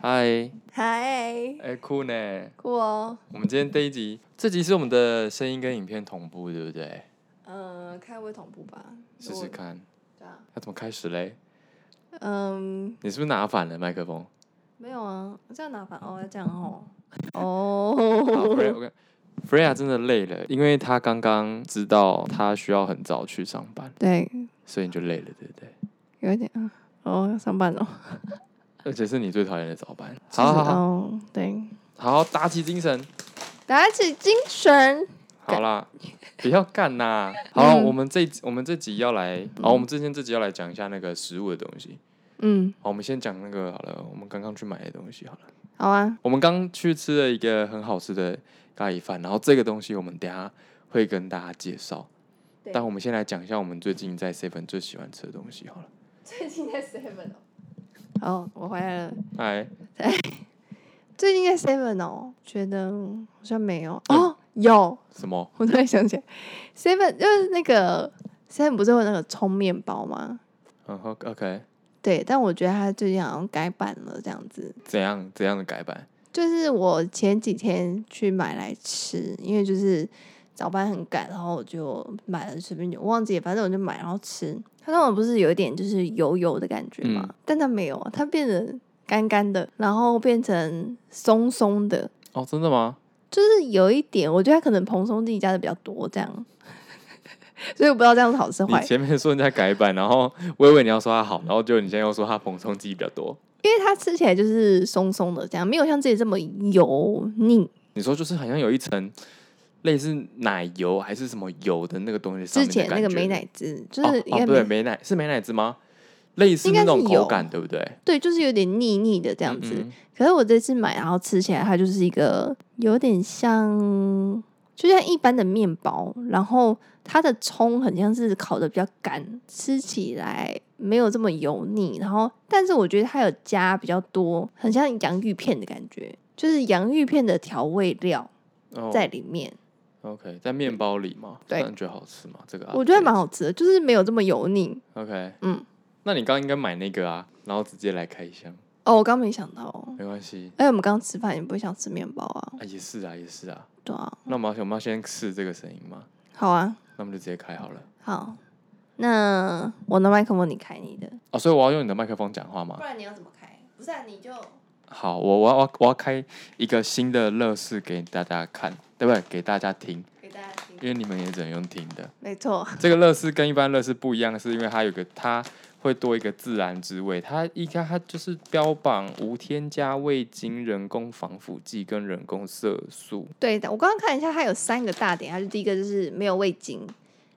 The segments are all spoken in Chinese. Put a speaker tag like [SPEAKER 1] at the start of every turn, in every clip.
[SPEAKER 1] 嗨，
[SPEAKER 2] 嗨，
[SPEAKER 1] 哎、酷呢！
[SPEAKER 2] 酷哦。
[SPEAKER 1] 我们今天第一集，这集是我们的声音跟影片同步，对不对？
[SPEAKER 2] 嗯、呃，看会同步吧。
[SPEAKER 1] 试
[SPEAKER 2] 如
[SPEAKER 1] 试
[SPEAKER 2] 果。
[SPEAKER 1] 看，
[SPEAKER 2] 对啊。
[SPEAKER 1] 要怎么开始嘞？
[SPEAKER 2] 嗯，
[SPEAKER 1] 你是不是拿反了麦克 风？
[SPEAKER 2] 没有啊，这样麻烦哦，要这样哦。
[SPEAKER 1] 好
[SPEAKER 2] 哦。
[SPEAKER 1] ，Freya，我看 Freya 真的累了，因为她刚刚知道她需要很早去上班，
[SPEAKER 2] 对，
[SPEAKER 1] 所以你就累了，对不对？
[SPEAKER 2] 有一点啊。哦，要上班了。
[SPEAKER 1] 而且是你最讨厌的早班。好好好，
[SPEAKER 2] 哦，对，
[SPEAKER 1] 好，打起精神。
[SPEAKER 2] 打起精神。
[SPEAKER 1] 好啦，不要干 呐！好，
[SPEAKER 2] 嗯
[SPEAKER 1] 我们这一集我们这集要来，好，我们之前这集要来讲一下那个食物的东西。
[SPEAKER 2] 嗯，
[SPEAKER 1] 好，我们先讲那个好了，我们刚刚去买的东西好了。
[SPEAKER 2] 好啊。
[SPEAKER 1] 我们刚去吃了一个很好吃的咖喱饭，然后这个东西我们等一下会跟大家介绍
[SPEAKER 2] 对。
[SPEAKER 1] 但我们先来讲一下我们最近在 seven 最喜欢吃的东西好了。
[SPEAKER 2] 最近在 Seven 哦。哦，我回来了。
[SPEAKER 1] 哎，
[SPEAKER 2] 最近在 Seven 哦，觉得好像没有。哦，有，
[SPEAKER 1] 什么？
[SPEAKER 2] 我突然想起来，Seven 就是那个 Seven 不是会有那个葱面包吗？
[SPEAKER 1] 嗯哼，OK，
[SPEAKER 2] 对，但我觉得它最近好像改版了，这样子。
[SPEAKER 1] 怎样怎样的改版？
[SPEAKER 2] 就是我前几天去买来吃，因为就是早班很赶，然后我就买了，随便就忘记，反正我就买然后吃。它那种不是有一点就是油油的感觉嘛，
[SPEAKER 1] 嗯
[SPEAKER 2] 但它没有，啊，它变得干干的，然后变成松松的，
[SPEAKER 1] 哦，真的吗？
[SPEAKER 2] 就是有一点，我觉得它可能蓬松自己家的比较多这样， 所以我不知道这样是好是
[SPEAKER 1] 你
[SPEAKER 2] 坏。
[SPEAKER 1] 前面说人家改版，然后我以为你要说它好，然后就你现在又说它蓬松剂比较多。
[SPEAKER 2] 因为它吃起来就是松松的，这样没有像自己这么油腻。
[SPEAKER 1] 你说就是好像有一层类似奶油还是什么油的那个东西上面
[SPEAKER 2] 之
[SPEAKER 1] 的
[SPEAKER 2] 前
[SPEAKER 1] 感觉，
[SPEAKER 2] 那个美乃滋就
[SPEAKER 1] 哦
[SPEAKER 2] 是应
[SPEAKER 1] 哦
[SPEAKER 2] 该没、
[SPEAKER 1] 对美奶是美奶滋吗？类似
[SPEAKER 2] 应该
[SPEAKER 1] 那
[SPEAKER 2] 是
[SPEAKER 1] 种口
[SPEAKER 2] 有
[SPEAKER 1] 感，对不对？
[SPEAKER 2] 对，就是有点腻腻的这
[SPEAKER 1] 这
[SPEAKER 2] 样子。
[SPEAKER 1] 嗯
[SPEAKER 2] 可是我这次买，然后吃起来它就是一个有点像，就像一般的面包，然后它的葱很像是烤的比较干，吃起来没有这么油腻。然后，但是我觉得它有加比较多，很像洋芋片的感觉，就是洋芋片的调味料
[SPEAKER 1] 哦
[SPEAKER 2] 在里面。
[SPEAKER 1] OK，在面包里嘛，
[SPEAKER 2] 对
[SPEAKER 1] 那你觉得好吃吗？这个
[SPEAKER 2] 我觉得
[SPEAKER 1] update
[SPEAKER 2] 蛮好吃的，就是没有这么油腻。
[SPEAKER 1] OK。
[SPEAKER 2] 嗯，
[SPEAKER 1] 那你刚刚应该买那个啊，然后直接来开箱，
[SPEAKER 2] 哦，我刚没想到，
[SPEAKER 1] 没关系
[SPEAKER 2] 哎，我们刚刚吃饭也不会想吃面包啊，
[SPEAKER 1] 啊，也是啊，也是啊。
[SPEAKER 2] 对啊，
[SPEAKER 1] 那我们要我们要先试这个声音吗？
[SPEAKER 2] 好啊，
[SPEAKER 1] 那我们就直接开好了。
[SPEAKER 2] 好，那我的麦克风你开你的，
[SPEAKER 1] 哦，所以我要用你的麦克风讲话吗？
[SPEAKER 2] 然你要怎么开？不是、啊、你就
[SPEAKER 1] 好，我我要我要我要开一个新的乐视给大家看，对不对？给大家听，
[SPEAKER 2] 给大家听
[SPEAKER 1] 因，为你们也只能用听的。
[SPEAKER 2] 没错，
[SPEAKER 1] 这个乐事跟一般乐事不一样，是因为它有个它会多一个自然滋味。它一开它就是标榜无添加味精、人工防腐剂跟人工色素。
[SPEAKER 2] 对的。我刚刚看一下，它有三个大点，它就第一个就是没有味精，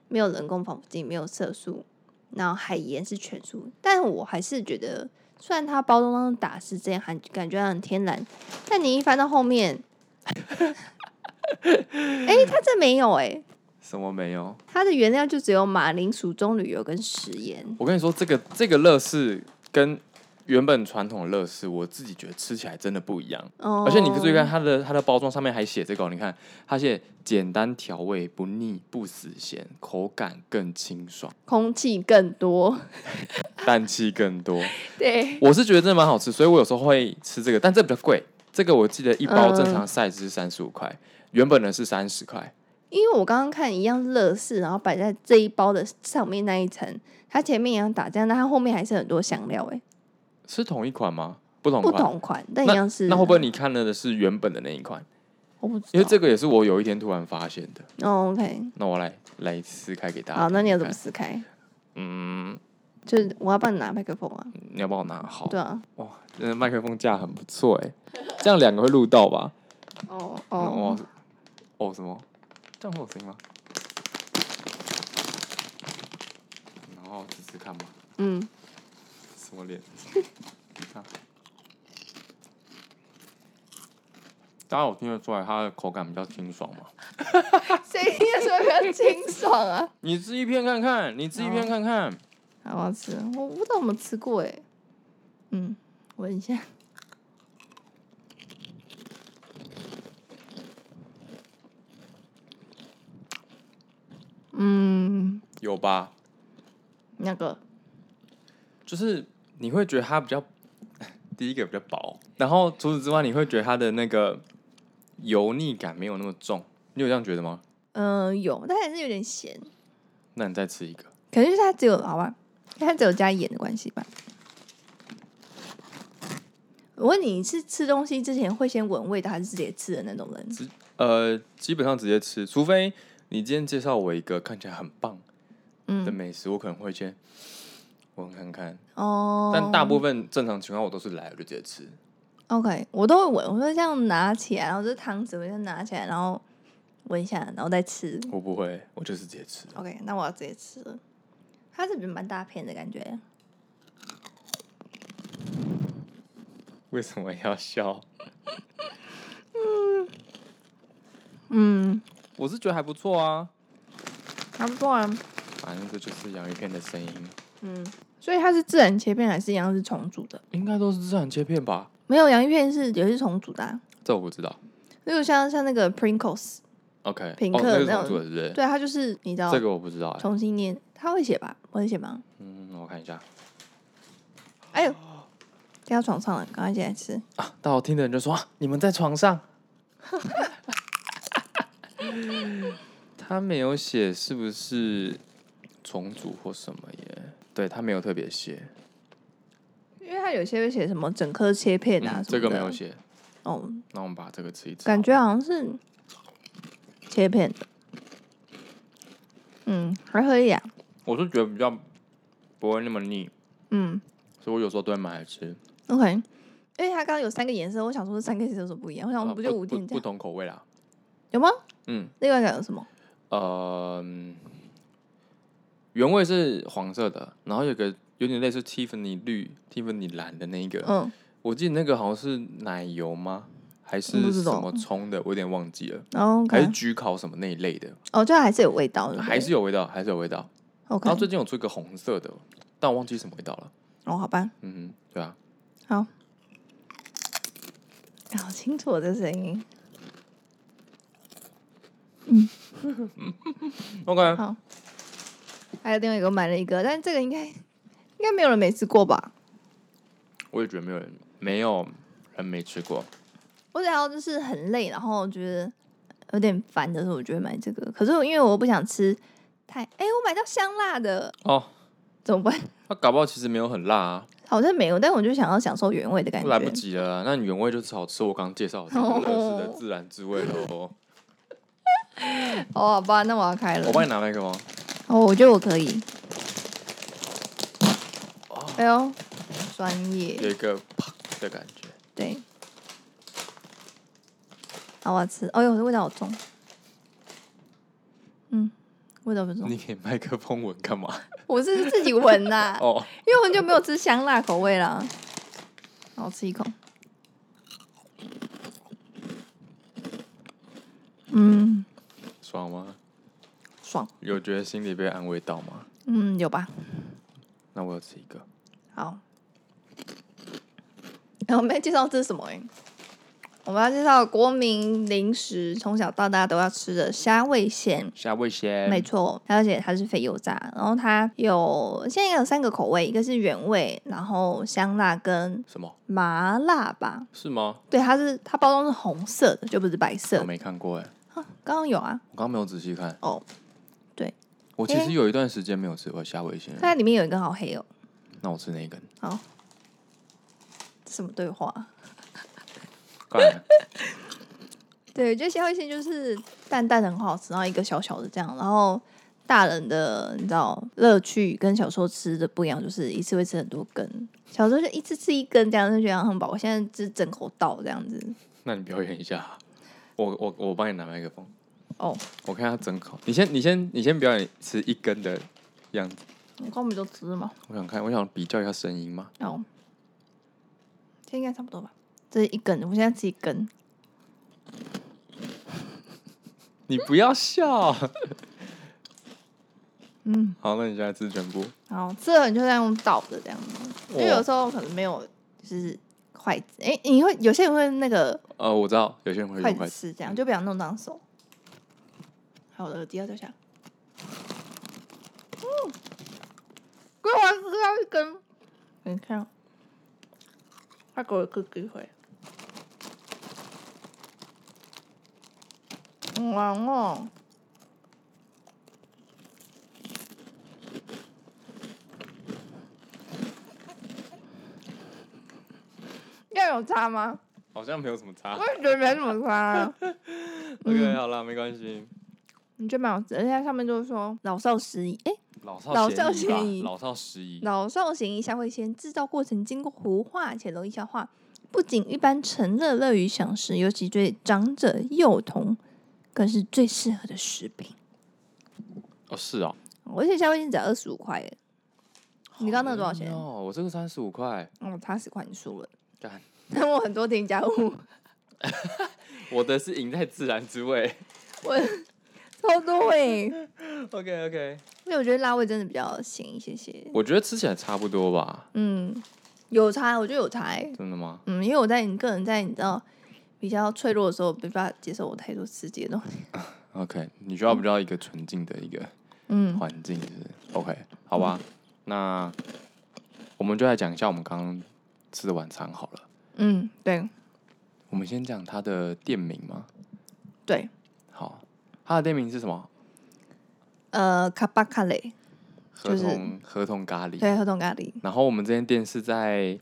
[SPEAKER 2] 没有人工防腐剂，没有色素，然后海盐是全素，但我还是觉得。虽然它包装上打是这样，还感觉很天然，但你一翻到后面， 哎、它这没有哎、
[SPEAKER 1] 什么没有？
[SPEAKER 2] 它的原料就只有马铃薯、棕榈油跟食盐。
[SPEAKER 1] 我跟你说，这个这个乐事跟原本传统的乐事，我自己觉得吃起来真的不一样。
[SPEAKER 2] 哦，
[SPEAKER 1] 而且你注意看它的它的包装上面还写这个哦、你看它写简单调味，不腻不死咸，口感更清爽，
[SPEAKER 2] 空气更多，
[SPEAKER 1] 氮气更多。
[SPEAKER 2] 对，
[SPEAKER 1] 我是觉得真的蛮好吃，所以我有时候会吃这个，但这比较贵。这个我记得一包正
[SPEAKER 2] 嗯
[SPEAKER 1] 常 size 是三十五块，原本的是三十块。
[SPEAKER 2] 因为我刚刚看一样乐事，然后摆在这一包的上面那一层，它前面一样打酱，但它后面还是很多香料、欸，
[SPEAKER 1] 是同一款吗？不同
[SPEAKER 2] 不
[SPEAKER 1] 款。
[SPEAKER 2] 同款，但一
[SPEAKER 1] 那
[SPEAKER 2] 样是
[SPEAKER 1] 那会不会你看了的是原本的那一款？
[SPEAKER 2] 我不知道，
[SPEAKER 1] 因为这个也是我有一天突然发现的。
[SPEAKER 2] 哦，OK，
[SPEAKER 1] 那我来来撕开给大家。
[SPEAKER 2] 好，那你要怎么？撕开？
[SPEAKER 1] 嗯，
[SPEAKER 2] 就是我要帮你拿麦克风啊，
[SPEAKER 1] 你要帮我拿好。
[SPEAKER 2] 对啊，
[SPEAKER 1] 哇，真的麦克风架很不错哎，这样两个会录到吧？
[SPEAKER 2] 哦
[SPEAKER 1] 哦
[SPEAKER 2] 哦，
[SPEAKER 1] 哦什么？这样会有声音吗？然后试试看吧。
[SPEAKER 2] 嗯，
[SPEAKER 1] 什么脸？啊当然我听得出来它的口感比较清爽嘛。
[SPEAKER 2] 谁听得出来比较清爽啊？
[SPEAKER 1] 你吃一片看看，你吃一片看看。
[SPEAKER 2] 好，我要吃，我不知道我们吃过、欸，哎，嗯，闻一下， 嗯。
[SPEAKER 1] 有吧？
[SPEAKER 2] 那个
[SPEAKER 1] 就是你会觉得它比较，第一个比较薄，然后除此之外，你会觉得它的那个油腻感没有那么重，你有这样觉得吗？
[SPEAKER 2] 嗯、有，但还是有点咸，
[SPEAKER 1] 那你再吃一个，
[SPEAKER 2] 可能就是它只有好吧，它只有加盐的关系吧。我问你，你是吃东西之前会先闻味道，还是直接吃的那种人？
[SPEAKER 1] 呃，基本上直接吃，除非你今天介绍我一个看起来很棒的
[SPEAKER 2] 嗯，
[SPEAKER 1] 美食，我可能会先闻看看，
[SPEAKER 2] 哦，
[SPEAKER 1] 但大部分正常情况我都是来我就直接吃。
[SPEAKER 2] OK，我都会闻，我会这样拿起来，然后这汤匙我就拿起来，然后闻一下，然后再吃。
[SPEAKER 1] 我不会，我就是直接吃。
[SPEAKER 2] OK，那我要直接吃了。它这边蛮大片的感觉，
[SPEAKER 1] 为什么要笑？
[SPEAKER 2] 嗯，
[SPEAKER 1] 我是觉得还不错啊。
[SPEAKER 2] 差不多啊，
[SPEAKER 1] 反正这就是洋芋片的声音，
[SPEAKER 2] 嗯。所以它是自然切片还是一样是重组的？
[SPEAKER 1] 应该都是自然切片吧？
[SPEAKER 2] 没有洋芋片是也是重组的、啊，
[SPEAKER 1] 这我不知道。
[SPEAKER 2] 例如像像那个 Pringles，
[SPEAKER 1] OK，
[SPEAKER 2] 品
[SPEAKER 1] 哦，
[SPEAKER 2] 客
[SPEAKER 1] 那是
[SPEAKER 2] 那
[SPEAKER 1] 重
[SPEAKER 2] 种
[SPEAKER 1] 组的，是不是？
[SPEAKER 2] 对，它啊就是你知道
[SPEAKER 1] 这个我不知道、欸。
[SPEAKER 2] 重新念，他会写吧？我会写吗？
[SPEAKER 1] 嗯，我看一下
[SPEAKER 2] 哎呦，掉到床上了，赶快起来吃。
[SPEAKER 1] 啊，到听的人就说、啊、你们在床上。 他没有写是不是重组或什么耶？对他没有特别写，
[SPEAKER 2] 因为它有些会写什么整颗切片啊、
[SPEAKER 1] 嗯
[SPEAKER 2] 什么
[SPEAKER 1] 这个
[SPEAKER 2] 的
[SPEAKER 1] 没有写。
[SPEAKER 2] 哦，
[SPEAKER 1] 那我们把这个吃一吃。
[SPEAKER 2] 感觉好像是切片的。嗯，还可以啊。
[SPEAKER 1] 我是觉得比较不会那么腻，
[SPEAKER 2] 嗯
[SPEAKER 1] 所以我有时候都会买来吃。
[SPEAKER 2] ，OK。因为它刚刚有三个颜色，我想说这三个颜色有什么不一样？我想
[SPEAKER 1] 啊
[SPEAKER 2] 哦不就
[SPEAKER 1] 不
[SPEAKER 2] 五点这
[SPEAKER 1] 不
[SPEAKER 2] 样
[SPEAKER 1] 同口味啦。
[SPEAKER 2] 有吗？
[SPEAKER 1] 嗯，
[SPEAKER 2] 另外一个有什么？
[SPEAKER 1] 呃，原味是黄色的，然后有个有点类似 Tiffany 绿、Tiffany 蓝的那一个，
[SPEAKER 2] 嗯，
[SPEAKER 1] 我记得那个好像是奶油吗？还
[SPEAKER 2] 我不
[SPEAKER 1] 是
[SPEAKER 2] 知
[SPEAKER 1] 什
[SPEAKER 2] 道
[SPEAKER 1] 么葱的？我有点忘记了，
[SPEAKER 2] 然后
[SPEAKER 1] 还是
[SPEAKER 2] OK，
[SPEAKER 1] 焗烤什么那一类的，
[SPEAKER 2] 哦，这还是有味道的，对不对
[SPEAKER 1] 还是有味道，还是有味道。
[SPEAKER 2] OK
[SPEAKER 1] 然后。最近有出一个红色的，但我忘记什么味道了。
[SPEAKER 2] 哦，好吧，
[SPEAKER 1] 嗯哼，对啊，
[SPEAKER 2] 好。哎好清楚我的声音。
[SPEAKER 1] OK，
[SPEAKER 2] 好，还有另外一个我买了一个，但这个应该应该没有人没吃过吧？
[SPEAKER 1] 我也觉得没有人没有人没吃过。
[SPEAKER 2] 我只要就是很累，然后觉得有点烦的时候，我就会买这个。可是我因为我不想吃太，哎、我买到香辣的
[SPEAKER 1] 哦，
[SPEAKER 2] 怎么办？
[SPEAKER 1] 它搞不好其实没有很辣啊，
[SPEAKER 2] 好像没有，但我就想要享受原味的感觉。哦
[SPEAKER 1] 来不及了啊。那你原味就只好吃我刚介绍的这个乐事的自然滋味喽。
[SPEAKER 2] 哦，好吧，那我要开了
[SPEAKER 1] 我。帮你拿麦克风。
[SPEAKER 2] 哦，我觉得我可以。
[SPEAKER 1] 哦
[SPEAKER 2] 哎呦，专业。
[SPEAKER 1] 有一个啪的感觉。
[SPEAKER 2] 对。好，我要吃。哎呦，这味道好重。嗯，味道不重。
[SPEAKER 1] 你给麦克风闻干嘛？
[SPEAKER 2] 我是自己闻呐、
[SPEAKER 1] 哦，
[SPEAKER 2] 因为我很久没有吃香辣口味啦。好，我吃一口。嗯，
[SPEAKER 1] 爽吗？
[SPEAKER 2] 爽。
[SPEAKER 1] 有觉得心里被安慰到吗？
[SPEAKER 2] 嗯，有吧？
[SPEAKER 1] 那我有吃一个，
[SPEAKER 2] 好。哎我们要介绍这是什么、欸？我们要介绍国民零食，从小到大都要吃的虾味鲜。
[SPEAKER 1] 夏威鲜
[SPEAKER 2] 没错，而且它是非油炸，然后它有现在有三个口味，一个是原味，然后香辣跟
[SPEAKER 1] 什么？
[SPEAKER 2] 麻辣吧。
[SPEAKER 1] 是吗？
[SPEAKER 2] 对，它是它包装是红色的，就不是白色
[SPEAKER 1] 我
[SPEAKER 2] 的。
[SPEAKER 1] 没看过哎、
[SPEAKER 2] 啊刚刚有啊，
[SPEAKER 1] 我刚没有仔细看。
[SPEAKER 2] 哦，
[SPEAKER 1] 我其
[SPEAKER 2] 哎
[SPEAKER 1] 实有一段时间没有吃过夏威鲜，
[SPEAKER 2] 它里面有一根好黑哦，
[SPEAKER 1] 那我吃那一 根。
[SPEAKER 2] 好，这什么对话啊？
[SPEAKER 1] 干
[SPEAKER 2] 对，我觉得虾味鲜就是淡淡的很好吃，然后一个小小的这样，然后大人的你知道乐趣跟小时候吃的不一样，就是一次会吃很多根，小时候就一次吃一根这样就觉得很饱，我现在就是整口倒这样子。
[SPEAKER 1] 那你表演一下，我我我帮你拿麦克风，
[SPEAKER 2] 哦，
[SPEAKER 1] 我看他整口。你先你先你先表演吃一根的样子，
[SPEAKER 2] 你光没都吃了嘛？
[SPEAKER 1] 我想看，我想比较一下声音嘛。
[SPEAKER 2] 哦，这应该差不多吧。这是一根，我现在吃一根。
[SPEAKER 1] 你不要笑。
[SPEAKER 2] 嗯，
[SPEAKER 1] 好，那你现在吃全部。
[SPEAKER 2] 好，吃了你就在用倒的这样子，因为
[SPEAKER 1] 哦
[SPEAKER 2] 有时候可能没有就是筷子，哎、你会有些人会那个
[SPEAKER 1] 呃，我知道有些人会
[SPEAKER 2] 筷
[SPEAKER 1] 用筷
[SPEAKER 2] 子
[SPEAKER 1] 子，嗯
[SPEAKER 2] 吃这样，就不想弄脏手。好，我的耳机要掉下来。嗯，给我吃到一根，你看，他给我一个机会。好玩哦。要有差吗？
[SPEAKER 1] 好像没有什么差
[SPEAKER 2] 我。也觉得没什么差、啊。嗯
[SPEAKER 1] OK，好啦，没关系。
[SPEAKER 2] 你觉得蛮好吃，而且它上面就是说老少时宜，哎、
[SPEAKER 1] 老少
[SPEAKER 2] 老少
[SPEAKER 1] 咸宜吧
[SPEAKER 2] 咸宜
[SPEAKER 1] 老少时宜。
[SPEAKER 2] 老少咸宜虾会鲜，制造过程经过糊化且容易消化，不仅一般成人乐于享食，尤其对长者、幼童更是最适合的食品。
[SPEAKER 1] 哦，是哦。
[SPEAKER 2] 而且虾味鲜只要二十五块耶，你刚刚那个多少钱？
[SPEAKER 1] 哦，我这个三十五块。
[SPEAKER 2] 哦，差十块你输了
[SPEAKER 1] 干。
[SPEAKER 2] 但我很多添加物，
[SPEAKER 1] 我的是赢在自然之 味。
[SPEAKER 2] 我超多哎、
[SPEAKER 1] OK OK，
[SPEAKER 2] 因为我觉得辣味真的比较咸一些些。
[SPEAKER 1] 我觉得吃起来差不多吧。
[SPEAKER 2] 嗯，有差，我觉得有差欸、
[SPEAKER 1] 真的吗？
[SPEAKER 2] 嗯，因为我在你个人在你知道比较脆弱的时候，没办法接受我太多刺激的东西。
[SPEAKER 1] OK，你需要比较一个纯净的一个
[SPEAKER 2] 嗯，
[SPEAKER 1] 环境是不是 OK，好吧，那我们就来讲一下我们刚刚吃的晚餐好了。
[SPEAKER 2] 嗯，对
[SPEAKER 1] 我们先讲它的店名吗？
[SPEAKER 2] 对，
[SPEAKER 1] 好，它的店名是什么？
[SPEAKER 2] 呃，卡巴卡雷，
[SPEAKER 1] 合
[SPEAKER 2] 就是
[SPEAKER 1] 同合同咖喱。
[SPEAKER 2] 对，合同咖喱，
[SPEAKER 1] 然后我们这间店是在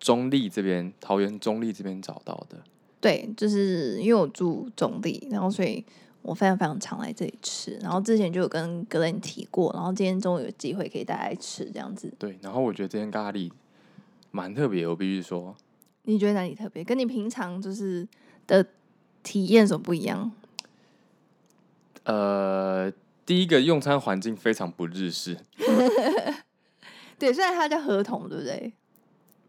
[SPEAKER 1] 中立这边，桃园中立这边找到的。
[SPEAKER 2] 对，就是因为我住总理，然后所以我非常非常常来这里吃，然后之前就有跟格雷提过，然后今天终于有机会可以带来吃这样子。
[SPEAKER 1] 对，然后我觉得这间咖喱蛮特别的，我必须说，
[SPEAKER 2] 你觉得哪里特别？跟你平常就是的体验有什么不一样？
[SPEAKER 1] 呃，第一个用餐环境非常不日式，
[SPEAKER 2] 对，虽然它叫合同，对不对？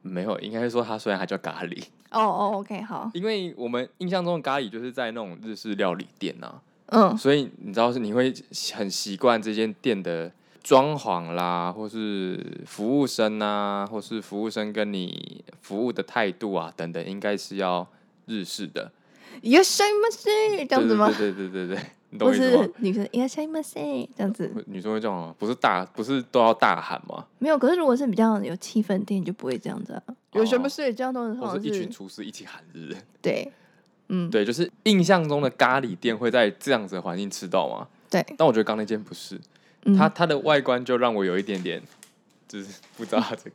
[SPEAKER 1] 没有，应该是说它虽然还叫咖喱，
[SPEAKER 2] 哦哦，OK，好，
[SPEAKER 1] 因为我们印象中的咖喱就是在那种日式料理店呐、
[SPEAKER 2] 嗯
[SPEAKER 1] 所以你知道是你会很习惯这间店的装潢啦，或是服务生啊，或是服务生跟你服务的态度啊等等，应该是要日式的，
[SPEAKER 2] ，Yes, I must 这样子吗？
[SPEAKER 1] 对对对对对对，你懂
[SPEAKER 2] 不
[SPEAKER 1] 我意思吗
[SPEAKER 2] 是？ 女生应该下一 m 这样子，
[SPEAKER 1] 女生会这样啊吗？不是大，不是都要大喊吗？
[SPEAKER 2] 没有。可是如果是比较有气氛的店，就不会这样子、啊。有什么事这样都很
[SPEAKER 1] 或
[SPEAKER 2] 好
[SPEAKER 1] 是一群
[SPEAKER 2] 是，
[SPEAKER 1] 厨师一起喊日？
[SPEAKER 2] 对，嗯，
[SPEAKER 1] 对，就是印象中的咖喱店会在这样子的环境吃到吗？
[SPEAKER 2] 对，
[SPEAKER 1] 但我觉得刚那间不是，
[SPEAKER 2] 嗯
[SPEAKER 1] 它它的外观就让我有一点点，就是不知道它在，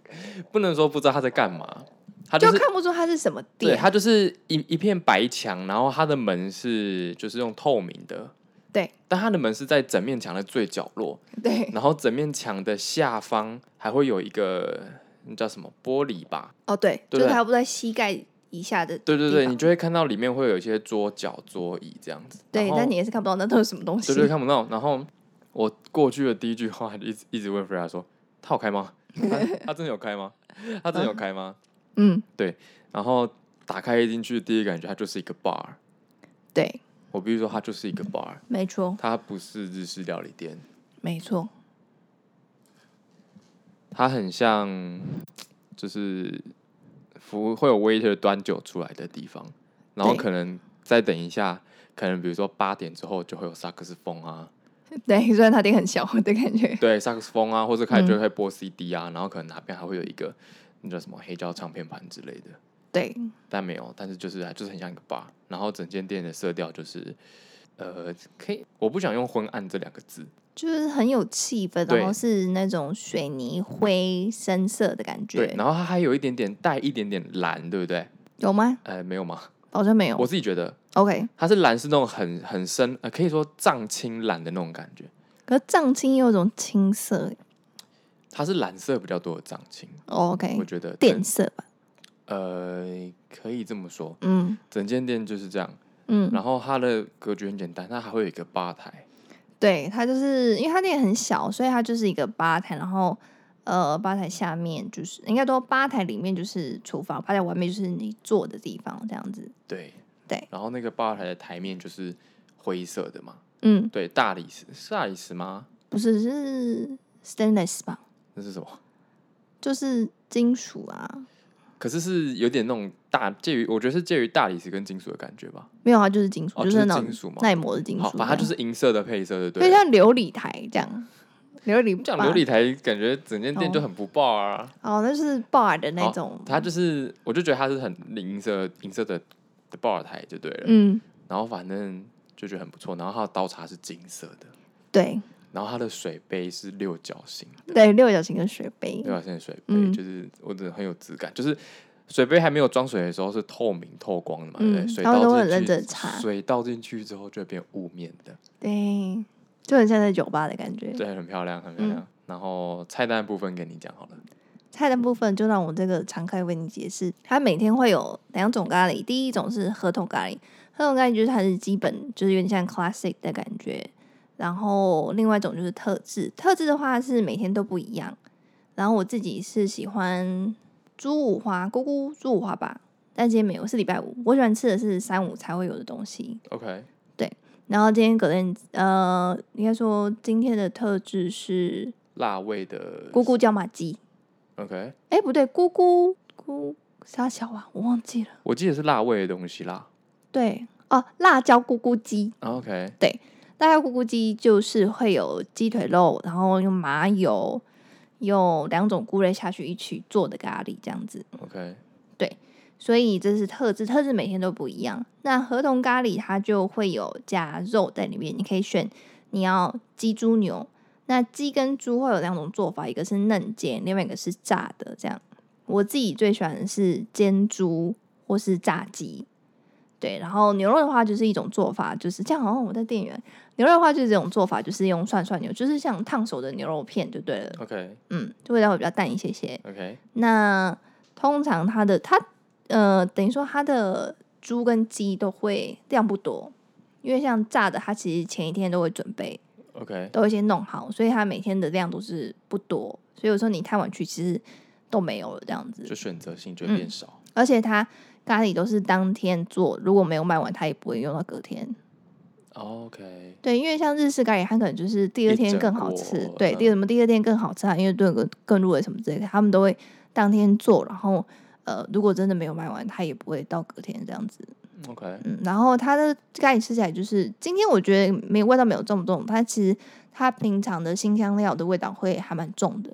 [SPEAKER 1] 不能说不知道它在干嘛，它
[SPEAKER 2] 就是看不出它是什么
[SPEAKER 1] 对，
[SPEAKER 2] 店，
[SPEAKER 1] 它就是一一片白墙，然后它的门是就是用透明的，
[SPEAKER 2] 对嗯
[SPEAKER 1] 但它的门是在整面墙的最角落，
[SPEAKER 2] 对，
[SPEAKER 1] 然后整面墙的下方还会有一个那叫什么玻璃吧，
[SPEAKER 2] 哦对，
[SPEAKER 1] 对
[SPEAKER 2] 就是
[SPEAKER 1] 对
[SPEAKER 2] 差不多在膝盖以下的，
[SPEAKER 1] 对对
[SPEAKER 2] 地
[SPEAKER 1] 对，
[SPEAKER 2] 方
[SPEAKER 1] 你就会看到里面会有一些桌角、桌椅这样子。
[SPEAKER 2] 对，
[SPEAKER 1] 然后
[SPEAKER 2] 但你也是看不到那都是什么东西
[SPEAKER 1] 对。对看不到。然后我过去的第一句话就一直一直问 Freya 说：“他有开吗？他他真的有开吗？他真的有开吗
[SPEAKER 2] 嗯，？”
[SPEAKER 1] 然后打开进去，第一感觉它就是一个 bar。
[SPEAKER 2] 对，
[SPEAKER 1] 我必须说，它就是一个 bar，
[SPEAKER 2] 没错，
[SPEAKER 1] 它不是日式料理店，
[SPEAKER 2] 没错，
[SPEAKER 1] 它很像就是服务会有 waiter 端酒出来的地方，然后
[SPEAKER 2] 对
[SPEAKER 1] 可能再等一下，可能比如说八点之后就会有萨克斯风啊。
[SPEAKER 2] 对。虽然它店很小的感觉，
[SPEAKER 1] 对萨克斯风啊，或者开始
[SPEAKER 2] 嗯
[SPEAKER 1] 就会播 CD 啊，然后可能哪边还会有一个那叫什么黑胶唱片盘之类的，
[SPEAKER 2] 对，
[SPEAKER 1] 但没有，但是就是就是很像一个 bar，然后整间店的色调就是。呃，可以，我不想用昏暗这两个字，
[SPEAKER 2] 就是很有气氛，
[SPEAKER 1] 对
[SPEAKER 2] 然后是那种水泥灰深色的感
[SPEAKER 1] 对，
[SPEAKER 2] 觉，
[SPEAKER 1] 然后它还有一点点带一点点蓝，对不对？
[SPEAKER 2] 有吗？
[SPEAKER 1] 呃，没有吗？
[SPEAKER 2] 好像没有
[SPEAKER 1] 我。自己觉得
[SPEAKER 2] OK，
[SPEAKER 1] 它是蓝，是那种很很深，呃，可以说藏青蓝的那种感觉，
[SPEAKER 2] 可是藏青又有一种青涩
[SPEAKER 1] 它是蓝色比较多的藏青，
[SPEAKER 2] 哦
[SPEAKER 1] 我
[SPEAKER 2] ，OK，
[SPEAKER 1] 觉得
[SPEAKER 2] 电色吧，
[SPEAKER 1] 呃，可以这么说，
[SPEAKER 2] 嗯
[SPEAKER 1] 整间店就是这样，
[SPEAKER 2] 嗯，
[SPEAKER 1] 然后它的格局很简单，它还会有一个吧台，
[SPEAKER 2] 对，它就是因为它店很小，所以它就是一个吧台，然后呃，吧台下面就是应该说吧台里面就是厨房，吧台外面就是你坐的地方，这样子，
[SPEAKER 1] 对
[SPEAKER 2] 对，
[SPEAKER 1] 然后那个吧台的台面就是灰色的嘛，
[SPEAKER 2] 嗯，
[SPEAKER 1] 对，大理石是大理石吗？
[SPEAKER 2] 不是是 stainless 吧，
[SPEAKER 1] 那是什么？
[SPEAKER 2] 就是金属啊，
[SPEAKER 1] 可是是有点那种大介于，我觉得是介于大理石跟金属的感觉吧。
[SPEAKER 2] 没有啊，就是金属，
[SPEAKER 1] 哦
[SPEAKER 2] 是那
[SPEAKER 1] 就是金属
[SPEAKER 2] 种
[SPEAKER 1] 嘛
[SPEAKER 2] 耐磨的金属
[SPEAKER 1] 好，
[SPEAKER 2] 这样，
[SPEAKER 1] 反正它就是银色的配色，对不
[SPEAKER 2] 就
[SPEAKER 1] 对了？
[SPEAKER 2] 像琉璃台这样，琉璃
[SPEAKER 1] 讲
[SPEAKER 2] bar
[SPEAKER 1] 琉璃台，感觉整间店就很不爆啊。
[SPEAKER 2] 哦，那是 bar 的那
[SPEAKER 1] 好
[SPEAKER 2] 种，
[SPEAKER 1] 哦它就是，我就觉得它是很银色银色的的 bar 台就对了。
[SPEAKER 2] 嗯。
[SPEAKER 1] 然后反正就觉得很不错。然后它的刀叉是金色的，
[SPEAKER 2] 对
[SPEAKER 1] 然后它的水杯是六角形，
[SPEAKER 2] 对，六角形的水杯，
[SPEAKER 1] 六角形的水杯、
[SPEAKER 2] 嗯
[SPEAKER 1] 就是我觉得很有质感，就是。水杯还没有装水的时候是透明透光的嘛，对不对？
[SPEAKER 2] 嗯
[SPEAKER 1] 水
[SPEAKER 2] 他们都
[SPEAKER 1] 倒
[SPEAKER 2] 很认
[SPEAKER 1] 进
[SPEAKER 2] 真
[SPEAKER 1] 去，
[SPEAKER 2] 擦
[SPEAKER 1] 水倒进去之后就会变雾面的，
[SPEAKER 2] 对，就很像在酒吧的感觉。
[SPEAKER 1] 对，很漂亮，很漂亮。
[SPEAKER 2] 嗯
[SPEAKER 1] 然后菜单的部分跟你讲好了，
[SPEAKER 2] 菜单部分就让我这个常客为你解释，它每天会有两种咖喱，第一种是合同咖喱，合同咖喱就是它是基本，就是有点像 classic 的感觉，然后另外一种就是特制，特制的话是每天都不一样，然后我自己是喜欢猪五花，姑姑猪五花吧，但今天没有，是礼拜五，我喜欢吃的是三五才会有的东西，
[SPEAKER 1] OK，
[SPEAKER 2] 然后今天隔天呃，应该说今天的特制是
[SPEAKER 1] 辣味的
[SPEAKER 2] 姑姑椒麻鸡。
[SPEAKER 1] OK，
[SPEAKER 2] 哎，不对，咕咕咕啥小啊，我忘记了。
[SPEAKER 1] 我记得是辣味的东西啦。
[SPEAKER 2] 对，哦，辣椒咕咕鸡，
[SPEAKER 1] OK，
[SPEAKER 2] 辣椒咕咕鸡就是会有鸡腿肉，然后用麻油，用两种菇类下去一起做的咖喱这样子。
[SPEAKER 1] OK，
[SPEAKER 2] 所以这是特制，特制每天都不一样。那合同咖喱它就会有加肉在里面，你可以选你要鸡、猪、牛。那鸡跟猪会有两种做法，一个是嫩煎，另外一个是炸的。这样，我自己最喜欢的是煎猪或是炸鸡。对，然后牛肉的话就是一种做法，就是这样。好像我在店员，牛肉的话就是这种做法，就是用涮涮牛，就是像烫熟的牛肉片就对了。
[SPEAKER 1] OK，OK，、
[SPEAKER 2] 嗯，味道会比较淡一些些。那通常它的它呃，等于说它的猪跟鸡都会量不多，因为像炸的，它其实前一天都会准备，
[SPEAKER 1] OK，
[SPEAKER 2] 都会先弄好，所以它每天的量都是不多。所以有时候你太晚去，其实都没有了这样
[SPEAKER 1] 就
[SPEAKER 2] 子。
[SPEAKER 1] 选择性就会
[SPEAKER 2] 嗯
[SPEAKER 1] 变少。
[SPEAKER 2] 而且它咖喱都是当天做，如果没有卖完，它也不会用到隔天。
[SPEAKER 1] OK，
[SPEAKER 2] 对，因为像日式咖喱，它可能就是第二
[SPEAKER 1] 一
[SPEAKER 2] 天
[SPEAKER 1] 整
[SPEAKER 2] 更好
[SPEAKER 1] 锅
[SPEAKER 2] 吃，对，
[SPEAKER 1] 嗯
[SPEAKER 2] 第什么第二天更好吃啊，因为炖个更入味什么之类的，他们都会当天做，然后呃，如果真的没有卖完，它也不会到隔天这样子。
[SPEAKER 1] OK，
[SPEAKER 2] 嗯，然后它的咖喱吃起来就是，今天我觉得没味道没有这么重，它其实它平常的新香料的味道会还蛮重的，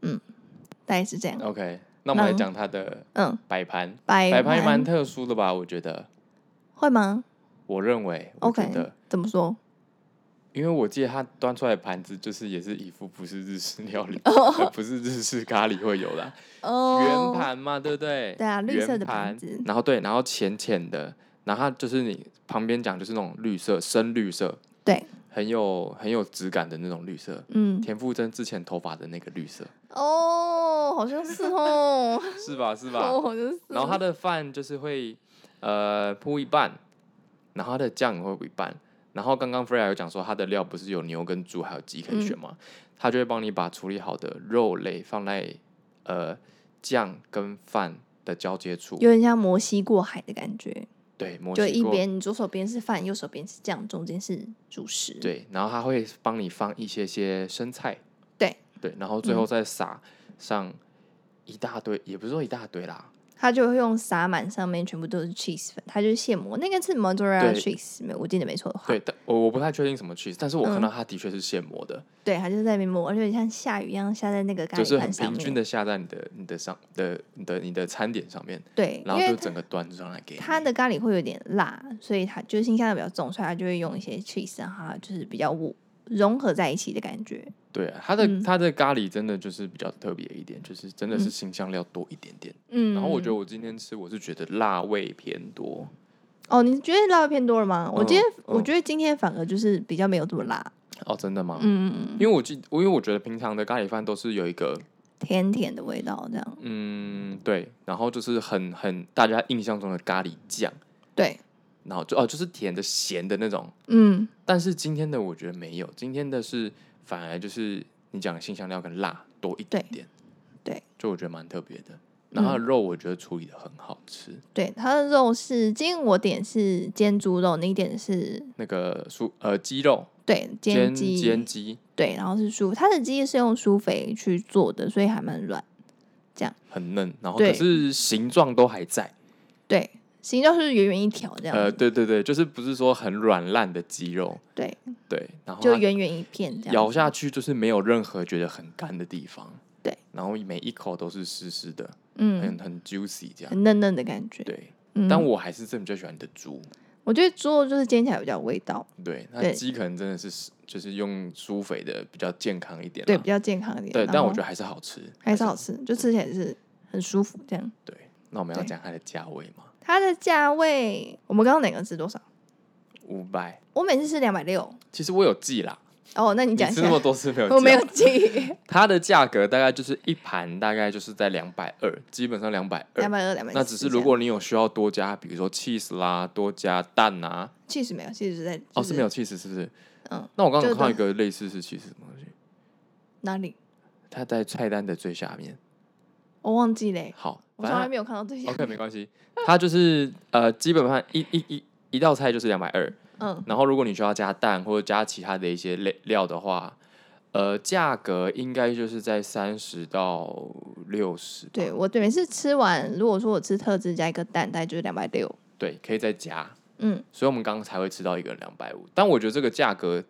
[SPEAKER 1] 嗯
[SPEAKER 2] 大概是这样
[SPEAKER 1] 哼。，OK。那我们来
[SPEAKER 2] 嗯那
[SPEAKER 1] 讲它的
[SPEAKER 2] 嗯，
[SPEAKER 1] 摆盘，
[SPEAKER 2] 摆
[SPEAKER 1] 摆盘也蛮特殊的吧？我觉得，
[SPEAKER 2] 会吗
[SPEAKER 1] 我认为，我觉
[SPEAKER 2] ？OK，
[SPEAKER 1] 得，
[SPEAKER 2] 怎么说？
[SPEAKER 1] 因为我记得它端出来的盘子就是也是一副不是日式料 理，呃不是日式咖喱会有的啊圆
[SPEAKER 2] 哦，
[SPEAKER 1] 盘嘛，对不对？
[SPEAKER 2] 对啊绿色的
[SPEAKER 1] 圆
[SPEAKER 2] 盘子
[SPEAKER 1] 然后对，然后浅浅的，然后它就是你旁边讲就是那种绿色，深绿色，
[SPEAKER 2] 对，
[SPEAKER 1] 很有很有质感的那种绿色。
[SPEAKER 2] 嗯，
[SPEAKER 1] 田馥甄之前头发的那个绿色，
[SPEAKER 2] 哦，好像是哦，
[SPEAKER 1] 是吧？是吧
[SPEAKER 2] 哦，？好像是。
[SPEAKER 1] 然后它的饭就是会呃铺一半，然后它的酱也会铺一半。然后刚刚 Freya 有讲说，它的料不是有牛跟猪还有鸡可以
[SPEAKER 2] 嗯
[SPEAKER 1] 选吗？它就会帮你把处理好的肉类放在呃酱跟饭的交接处，
[SPEAKER 2] 有点像摩西过海的感觉，
[SPEAKER 1] 对，摩
[SPEAKER 2] 就
[SPEAKER 1] 西
[SPEAKER 2] 一
[SPEAKER 1] 锅
[SPEAKER 2] 边你左手边是饭，右手边是酱，中间是主食。，
[SPEAKER 1] 对，然后它会帮你放一些些生菜，
[SPEAKER 2] 对嗯
[SPEAKER 1] 对，然后最后再撒上一大堆，也不是说一大堆啦，
[SPEAKER 2] 它就会用撒满上面全部都是 cheese 粉，它就是现磨，那个是 mozzarella
[SPEAKER 1] 对
[SPEAKER 2] cheese，没有我记得没错的话，
[SPEAKER 1] 对，但我我不太确定什么 cheese，但是我看
[SPEAKER 2] 嗯
[SPEAKER 1] 到它的确是现磨的，
[SPEAKER 2] 对，它就是在那边磨，而且像下雨一样下在那个咖
[SPEAKER 1] 就是
[SPEAKER 2] 喱
[SPEAKER 1] 很
[SPEAKER 2] 饭上
[SPEAKER 1] 平均
[SPEAKER 2] 面。
[SPEAKER 1] 的下在你的你的上的你的你的餐点上面，
[SPEAKER 2] 对，
[SPEAKER 1] 然
[SPEAKER 2] 因
[SPEAKER 1] 后就
[SPEAKER 2] 为
[SPEAKER 1] 整个端上来给你。
[SPEAKER 2] 它的咖喱会有点辣，所以它就是辛香料比较重，所以它就会用一些 cheese 让它就是比较融合在一起的感觉。
[SPEAKER 1] 对啊，它的、
[SPEAKER 2] 嗯
[SPEAKER 1] 它的咖喱真的就是比较特别一点，就是真的是
[SPEAKER 2] 嗯
[SPEAKER 1] 新香料多一点点。
[SPEAKER 2] 嗯，
[SPEAKER 1] 然后我觉得我今天吃，我是觉得辣味偏多。
[SPEAKER 2] 哦，你觉得辣味偏多了吗？我
[SPEAKER 1] 嗯
[SPEAKER 2] 今天、我
[SPEAKER 1] 嗯
[SPEAKER 2] 觉得今天反而就是比较没有这么辣，
[SPEAKER 1] 哦，真的吗？
[SPEAKER 2] 嗯嗯嗯。
[SPEAKER 1] 因为我记，因为我觉得平常的咖喱饭都是有一个
[SPEAKER 2] 甜甜的味道，这样
[SPEAKER 1] 嗯，对，然后就是很很大家印象中的咖喱酱，
[SPEAKER 2] 对，
[SPEAKER 1] 然后就哦就是甜的咸的那种，
[SPEAKER 2] 嗯，
[SPEAKER 1] 但是今天的我觉得没有，今天的是反而就是你讲的辛香料跟辣多一点点，
[SPEAKER 2] 对，嗯
[SPEAKER 1] 就我觉得蛮特别的。然后它的肉我觉得处理的很好吃，
[SPEAKER 2] 对，它的肉是，今天我点是煎猪肉，你点是
[SPEAKER 1] 那个酥呃鸡肉
[SPEAKER 2] 对
[SPEAKER 1] 煎
[SPEAKER 2] 鸡，
[SPEAKER 1] 煎鸡
[SPEAKER 2] 对，然后是酥，它的鸡是用酥肥去做的，所以还蛮软，
[SPEAKER 1] 很嫩，然后
[SPEAKER 2] 对
[SPEAKER 1] 可是形状都还在，
[SPEAKER 2] 对，形状是圆圆一条这样子，
[SPEAKER 1] 呃对对对，就是不是说很软烂的鸡肉，
[SPEAKER 2] 对，
[SPEAKER 1] 对，然后
[SPEAKER 2] 就
[SPEAKER 1] 它
[SPEAKER 2] 圆圆一片这样，
[SPEAKER 1] 啊咬下，去就是没有任何觉得很干的地方，
[SPEAKER 2] 对，
[SPEAKER 1] 然后每一口都是湿湿的，
[SPEAKER 2] 嗯，
[SPEAKER 1] 很很 juicy 这样，
[SPEAKER 2] 很嫩嫩的感觉，
[SPEAKER 1] 对。
[SPEAKER 2] 嗯，
[SPEAKER 1] 但我还是真的比较喜欢你的猪，
[SPEAKER 2] 我觉得猪肉就是煎起来比较有味道，
[SPEAKER 1] 对，那
[SPEAKER 2] 对
[SPEAKER 1] 鸡可能真的是就是用苏肥的比较健康一点啦，
[SPEAKER 2] 对，比较健康一哦点。
[SPEAKER 1] 对，
[SPEAKER 2] 然
[SPEAKER 1] 但我
[SPEAKER 2] 后
[SPEAKER 1] 觉得还是好吃，
[SPEAKER 2] 还是好吃，就吃起来是很舒服。这样，
[SPEAKER 1] 对。那我们要
[SPEAKER 2] 对
[SPEAKER 1] 讲它的价位嘛，
[SPEAKER 2] 它的价位，我们刚刚哪个是多少？
[SPEAKER 1] 五百。
[SPEAKER 2] 我每次是两百六。
[SPEAKER 1] 其实我有记啦，
[SPEAKER 2] 哦，那你
[SPEAKER 1] 你
[SPEAKER 2] 讲一
[SPEAKER 1] 吃
[SPEAKER 2] 下
[SPEAKER 1] 那。么多次 没有？
[SPEAKER 2] 我没有。 记，
[SPEAKER 1] 它的价格大概就是一盘，大概就是在两百二，基本上两百
[SPEAKER 2] 两
[SPEAKER 1] 二。
[SPEAKER 2] 百二、两百。
[SPEAKER 1] 呃那只是如果你有需要多加，比如说 cheese 啦，多加蛋啊，
[SPEAKER 2] 确实没有，确实在
[SPEAKER 1] 哦是没有 cheese 是不是？
[SPEAKER 2] 嗯，
[SPEAKER 1] 那我刚刚
[SPEAKER 2] 就
[SPEAKER 1] 有看到
[SPEAKER 2] 是
[SPEAKER 1] 一个类似是 cheese 的东西，
[SPEAKER 2] 哪里
[SPEAKER 1] 它在菜单的最下面。
[SPEAKER 2] 我忘记嘞，
[SPEAKER 1] 好，
[SPEAKER 2] 我
[SPEAKER 1] 反
[SPEAKER 2] 从
[SPEAKER 1] 正
[SPEAKER 2] 来没有看到这些。
[SPEAKER 1] OK，没关系。它就是呃，基本上一一一一道菜就是两百二，
[SPEAKER 2] 嗯，
[SPEAKER 1] 然后如果你需要加蛋或者加其他的一些类料的话，呃，价格应该就是在三十到六十。
[SPEAKER 2] 对我对每次吃完，如果说我吃特制加一个蛋，大概就是两百六。
[SPEAKER 1] 对，可以再加。
[SPEAKER 2] 嗯，
[SPEAKER 1] 所以我们刚刚才会吃到一个人两百五，但我觉得这个价格，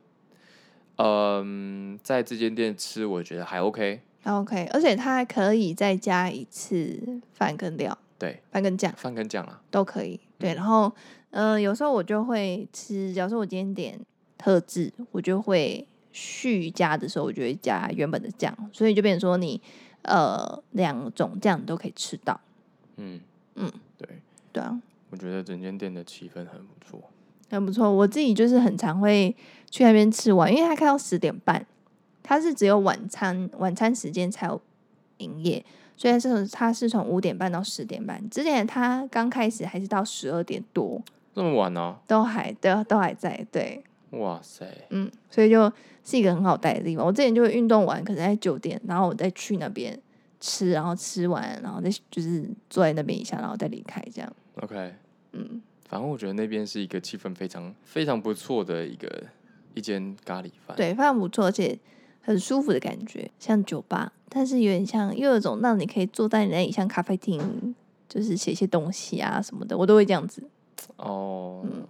[SPEAKER 1] 嗯、在这间店吃我觉得还 OK。
[SPEAKER 2] 还 OK，而且它还可以再加一次饭跟料、
[SPEAKER 1] 对，
[SPEAKER 2] 饭跟酱
[SPEAKER 1] 饭跟酱啊，
[SPEAKER 2] 都可以。对，然后嗯、呃有时候我就会吃，假如说我今天点特制，我就会续加的时候，我就会加原本的酱，所以就变成说你呃两种酱你都可以吃到。
[SPEAKER 1] 嗯
[SPEAKER 2] 嗯，
[SPEAKER 1] 对，
[SPEAKER 2] 对啊，
[SPEAKER 1] 我觉得整间店的气氛很不错。
[SPEAKER 2] 很不错。我自己就是很常会去那边吃完，因为它开到十点半，它是只有晚餐晚餐时间才有营业，所以它是从它是从五点半到十点半。之前它刚开始还是到十二点多，
[SPEAKER 1] 这么晚呢、
[SPEAKER 2] 都还都都还在对，
[SPEAKER 1] 哇塞，
[SPEAKER 2] 嗯，所以就是一个很好待的地方。我之前就会运动完可能在九点，然后我再去那边。吃，然后吃完，然后再就是坐在那边一下，然后再离开，这样，
[SPEAKER 1] OK，
[SPEAKER 2] 嗯，
[SPEAKER 1] 反正我觉得那边是一个气氛非常非常不错的一个一间咖喱饭。，
[SPEAKER 2] 对，非常不错，而且很舒服的感觉，像酒吧，但是有点像，又有一种让你可以坐在那里像咖啡厅，就是写一些东西啊什么的，我都会这样子。
[SPEAKER 1] 哦、
[SPEAKER 2] 嗯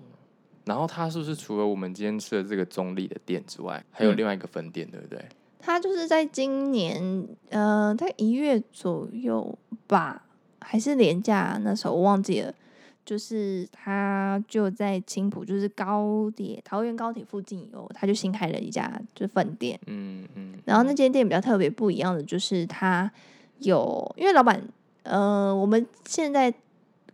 [SPEAKER 1] 然后它是不是除了我们今天吃的这个中立的店之外，还有
[SPEAKER 2] 嗯
[SPEAKER 1] 另外一个分店，对不对？
[SPEAKER 2] 他就是在今年，呃，在一月左右吧，还是廉价那时候我忘记了，就是他就在青浦，就是高铁桃园高铁附近有，他就新开了一家就是分店，
[SPEAKER 1] 嗯嗯，
[SPEAKER 2] 然后那间店比较特别不一样的就是它有，因为老板，呃，我们现在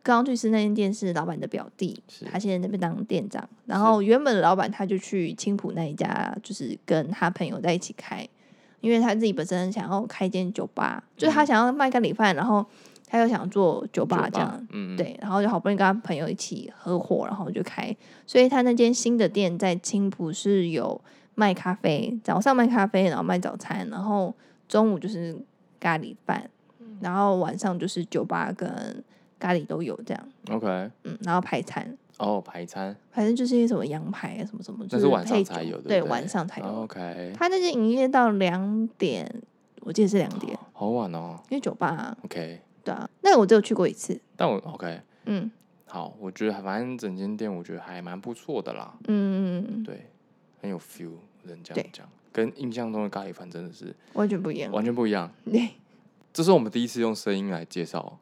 [SPEAKER 2] 刚刚去吃那间店是老板的表弟
[SPEAKER 1] 是，
[SPEAKER 2] 他现在在那边当店长。然后原本的老板他就去青浦那一家，就是跟他朋友在一起开，因为他自己本身想要开一间酒吧，就是他
[SPEAKER 1] 嗯
[SPEAKER 2] 想要卖咖喱饭，然后他又想做酒吧这样。，
[SPEAKER 1] 嗯，嗯，
[SPEAKER 2] 对，然后就好不容易跟他朋友一起合伙，然后就开。所以他那间新的店在青浦是有卖咖啡，早上卖咖啡，然后卖早餐，然后中午就是咖喱饭，
[SPEAKER 1] 嗯
[SPEAKER 2] 然后晚上就是酒吧跟咖喱都有这样。
[SPEAKER 1] OK，
[SPEAKER 2] 嗯，然后排餐，
[SPEAKER 1] 哦，排餐，
[SPEAKER 2] 反正就是一些什么羊排啊，什么什么，就
[SPEAKER 1] 那是晚
[SPEAKER 2] 配
[SPEAKER 1] 上
[SPEAKER 2] 酒
[SPEAKER 1] 才有，不
[SPEAKER 2] 对，
[SPEAKER 1] 对，哦
[SPEAKER 2] 晚上才有。
[SPEAKER 1] OK，
[SPEAKER 2] 他那间营业到两点，我记得是两点，
[SPEAKER 1] 好晚哦
[SPEAKER 2] 因为酒吧啊、
[SPEAKER 1] ，OK，
[SPEAKER 2] 对啊，那个我只有去过一次。
[SPEAKER 1] 但我 OK，
[SPEAKER 2] 嗯
[SPEAKER 1] 好，我觉得反正整间店我觉得还蛮不错的啦，
[SPEAKER 2] 嗯，嗯，
[SPEAKER 1] 对，很有 feel，只能这样
[SPEAKER 2] 对
[SPEAKER 1] 讲，跟印象中的咖喱饭真的是
[SPEAKER 2] 完全不一样。
[SPEAKER 1] 完全不一样。
[SPEAKER 2] 对，
[SPEAKER 1] 这是我们第一次用声音来介绍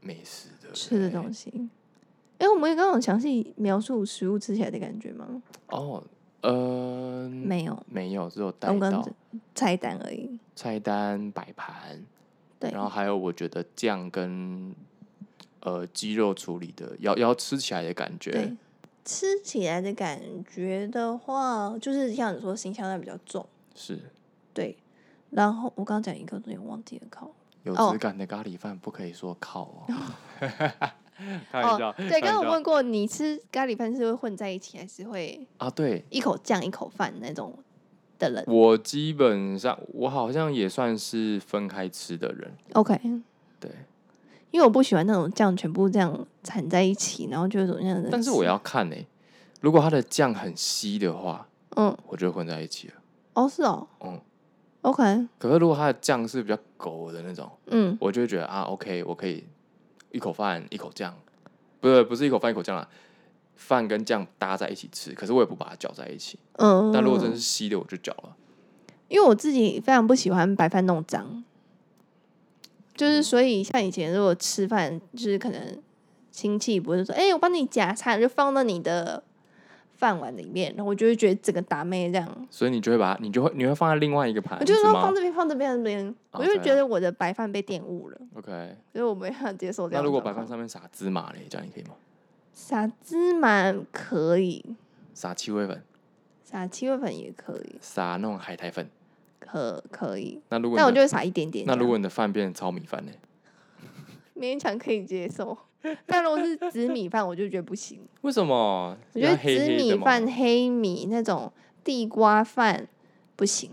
[SPEAKER 1] 美食的
[SPEAKER 2] 吃的东
[SPEAKER 1] 西
[SPEAKER 2] 西。哎、我们有刚刚有详细描述食物吃起来的感觉吗？
[SPEAKER 1] 哦，嗯、
[SPEAKER 2] 没有，
[SPEAKER 1] 没有，只有带
[SPEAKER 2] 我们刚
[SPEAKER 1] 到
[SPEAKER 2] 刚菜单而已。
[SPEAKER 1] 菜单摆盘，
[SPEAKER 2] 对，
[SPEAKER 1] 然后还有我觉得酱跟呃鸡肉处理的，要要吃起来的感觉
[SPEAKER 2] 对，吃起来的感觉的话，就是像你说辛香料比较重，
[SPEAKER 1] 是
[SPEAKER 2] 对。然后我刚刚讲一个东西我忘记了靠，
[SPEAKER 1] 有
[SPEAKER 2] 哦
[SPEAKER 1] 质感的咖喱饭，不可以说靠哦。 开玩笑，
[SPEAKER 2] 哦，
[SPEAKER 1] 嗯
[SPEAKER 2] 对，
[SPEAKER 1] 开
[SPEAKER 2] 刚刚
[SPEAKER 1] 玩
[SPEAKER 2] 我
[SPEAKER 1] 笑
[SPEAKER 2] 问过你吃咖喱饭是会混在一起，还是会
[SPEAKER 1] 啊，对
[SPEAKER 2] 一口酱一口饭那种的人
[SPEAKER 1] 我基本上我好像也算是分开吃的人，
[SPEAKER 2] ？OK，
[SPEAKER 1] 对，
[SPEAKER 2] 因为我不喜欢那种酱全部这样缠在一起，然后就有种那样的。
[SPEAKER 1] 但是我要看诶、如果它的酱很稀的话，
[SPEAKER 2] 嗯，
[SPEAKER 1] 我就会混在一起了。
[SPEAKER 2] 哦是哦，
[SPEAKER 1] 嗯
[SPEAKER 2] ，OK，
[SPEAKER 1] 可是如果它的酱是比较狗的那种，
[SPEAKER 2] 嗯，
[SPEAKER 1] 我就会觉得啊，OK，我可以一口饭一口酱，不是不是一口饭一口酱啦，饭跟酱搭在一起吃，可是我也不把它搅在一起。
[SPEAKER 2] 嗯，
[SPEAKER 1] 但如果真是稀的，我就搅了。
[SPEAKER 2] 因为我自己非常不喜欢白饭弄
[SPEAKER 1] 嗯
[SPEAKER 2] 脏，就是所以像以前如果吃饭，就是可能亲戚不是说，哎、我帮你夹菜，就放到你的饭碗里面，然后我就会觉得整个打妹这样，
[SPEAKER 1] 所以你就会把它，你就啊会你会放在另外一个盘
[SPEAKER 2] 我
[SPEAKER 1] 子
[SPEAKER 2] 就说
[SPEAKER 1] 吗
[SPEAKER 2] 放这边，放这边，放这边，
[SPEAKER 1] 哦
[SPEAKER 2] 我就
[SPEAKER 1] 对
[SPEAKER 2] 觉
[SPEAKER 1] 啊
[SPEAKER 2] 得我的白饭被玷污了，
[SPEAKER 1] ？OK，
[SPEAKER 2] 所以我没办法接受这
[SPEAKER 1] 那
[SPEAKER 2] 样的状况。
[SPEAKER 1] 如果白饭上面撒芝麻嘞，这样你可以吗？
[SPEAKER 2] 撒芝麻可以，
[SPEAKER 1] 撒七味粉，
[SPEAKER 2] 撒七味粉也可以，
[SPEAKER 1] 撒那种海苔粉。
[SPEAKER 2] 可可以，
[SPEAKER 1] 那如果
[SPEAKER 2] 但我
[SPEAKER 1] 你
[SPEAKER 2] 就
[SPEAKER 1] 的
[SPEAKER 2] 会撒一点点这
[SPEAKER 1] 那
[SPEAKER 2] 样。
[SPEAKER 1] 如果你的饭变成糙米饭呢？
[SPEAKER 2] 勉强可以接受， 但如果是紫米饭，我就觉得不行。
[SPEAKER 1] 为什么？
[SPEAKER 2] 我觉 得
[SPEAKER 1] 要黑
[SPEAKER 2] 紫
[SPEAKER 1] 黑的
[SPEAKER 2] 米
[SPEAKER 1] 吗
[SPEAKER 2] 饭、黑米那种地瓜饭不行，